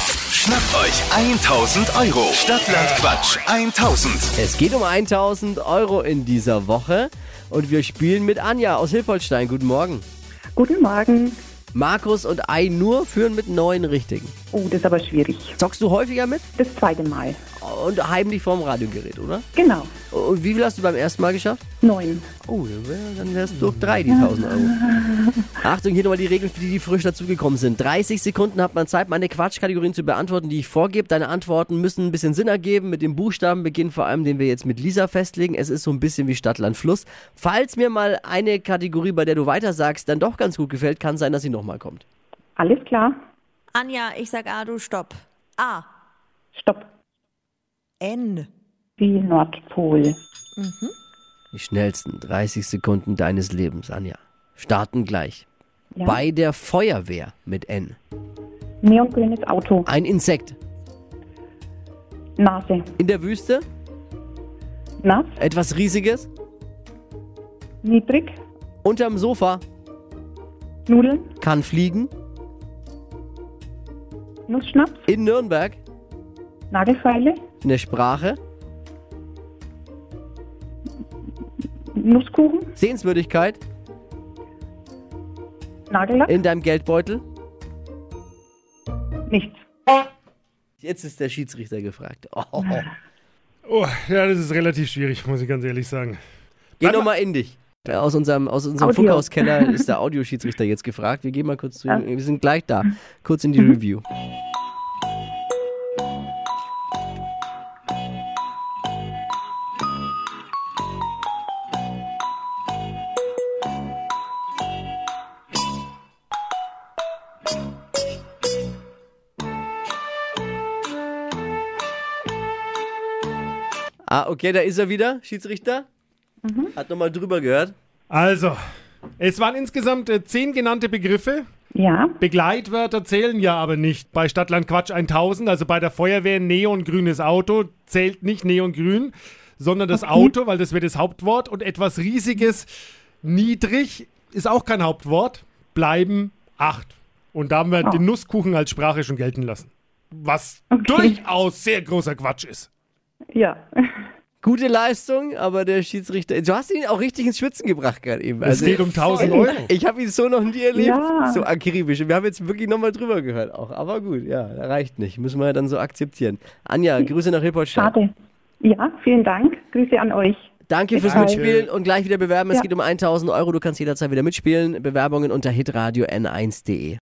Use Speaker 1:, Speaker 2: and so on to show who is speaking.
Speaker 1: Schnappt euch 1000 Euro. Stadtland Quatsch 1000.
Speaker 2: Es geht um 1000 Euro in dieser Woche und wir spielen mit Anja aus Hilpoltstein. Guten Morgen.
Speaker 3: Guten Morgen.
Speaker 2: Markus und Ainur führen mit neun Richtigen.
Speaker 3: Oh, das ist aber schwierig.
Speaker 2: Zockst du häufiger mit?
Speaker 3: Das zweite Mal.
Speaker 2: Und heimlich vorm Radiogerät, oder?
Speaker 3: Genau.
Speaker 2: Und wie viel hast du beim ersten Mal geschafft?
Speaker 3: Neun.
Speaker 2: Oh, dann wär- dann wärst du durch drei, die 1000 Euro. Achtung, hier nochmal die Regeln für die, die frisch dazugekommen sind. 30 Sekunden hat man Zeit, meine Quatschkategorien zu beantworten, die ich vorgebe. Deine Antworten müssen ein bisschen Sinn ergeben, mit dem Buchstabenbeginn vor allem, den wir jetzt mit Lisa festlegen. Es ist so ein bisschen wie Stadt, Land, Fluss. Falls mir mal eine Kategorie, bei der du weitersagst, dann doch ganz gut gefällt, kann sein, dass sie nochmal kommt.
Speaker 3: Alles klar.
Speaker 4: Anja, ich sag A, du stopp. A.
Speaker 3: Stopp.
Speaker 4: N.
Speaker 3: Wie Nordpol.
Speaker 2: Die schnellsten 30 Sekunden deines Lebens, Anja. Starten gleich.
Speaker 3: Ja.
Speaker 2: Bei der Feuerwehr mit N.
Speaker 3: Neongrünes Auto.
Speaker 2: Ein Insekt.
Speaker 3: Nase.
Speaker 2: In der Wüste.
Speaker 3: Nass.
Speaker 2: Etwas Riesiges.
Speaker 3: Niedrig.
Speaker 2: Unterm Sofa.
Speaker 3: Nudeln.
Speaker 2: Kann fliegen.
Speaker 3: Nussschnaps.
Speaker 2: In Nürnberg.
Speaker 3: Nagelfeile.
Speaker 2: In der Sprache.
Speaker 3: Nusskuchen.
Speaker 2: Sehenswürdigkeit.
Speaker 3: Nagellack.
Speaker 2: In deinem Geldbeutel.
Speaker 3: Nichts.
Speaker 2: Jetzt ist der Schiedsrichter gefragt. Oh.
Speaker 5: Oh, ja, das ist relativ schwierig, muss ich ganz ehrlich sagen.
Speaker 2: Geh nochmal in dich. Ja, Äh, Aus unserem, aus unserem
Speaker 3: Audio.
Speaker 2: Funkhauskeller ist der Audioschiedsrichter jetzt gefragt. Wir gehen mal kurz zu ihm. Wir sind gleich da. Kurz in die Review. Ah, okay, da ist er wieder, Schiedsrichter. Hat nochmal drüber gehört.
Speaker 5: Also, es waren insgesamt äh, zehn genannte Begriffe.
Speaker 3: Ja.
Speaker 5: Begleitwörter zählen ja aber nicht. Bei Stadtland Quatsch 1000, also bei der Feuerwehr neongrünes Auto, zählt nicht neongrün, sondern das Auto, weil das wäre das Hauptwort. Und etwas Riesiges, niedrig, ist auch kein Hauptwort. Bleiben acht. Und da haben wir den Nusskuchen als Sprache schon gelten lassen. Was durchaus sehr großer Quatsch ist.
Speaker 3: Ja.
Speaker 2: Gute Leistung, aber der Schiedsrichter. Du hast ihn auch richtig ins Schwitzen gebracht gerade eben. Also
Speaker 5: Es geht um 1000 Euro.
Speaker 2: Ich habe ihn so noch nie erlebt,
Speaker 3: Ja.
Speaker 2: so akribisch. Und Wir haben jetzt wirklich nochmal drüber gehört auch. Aber gut, ja, reicht nicht. Müssen wir ja dann so akzeptieren. Anja, Grüße nach Hilpoltstadt.
Speaker 3: Schade. Ja, vielen Dank. Grüße an euch.
Speaker 2: Danke fürs
Speaker 3: Danke.
Speaker 2: Mitspielen und gleich wieder bewerben. Es
Speaker 3: Ja.
Speaker 2: geht um 1000 Euro. Du kannst jederzeit wieder mitspielen. Bewerbungen unter hitradio n1.de.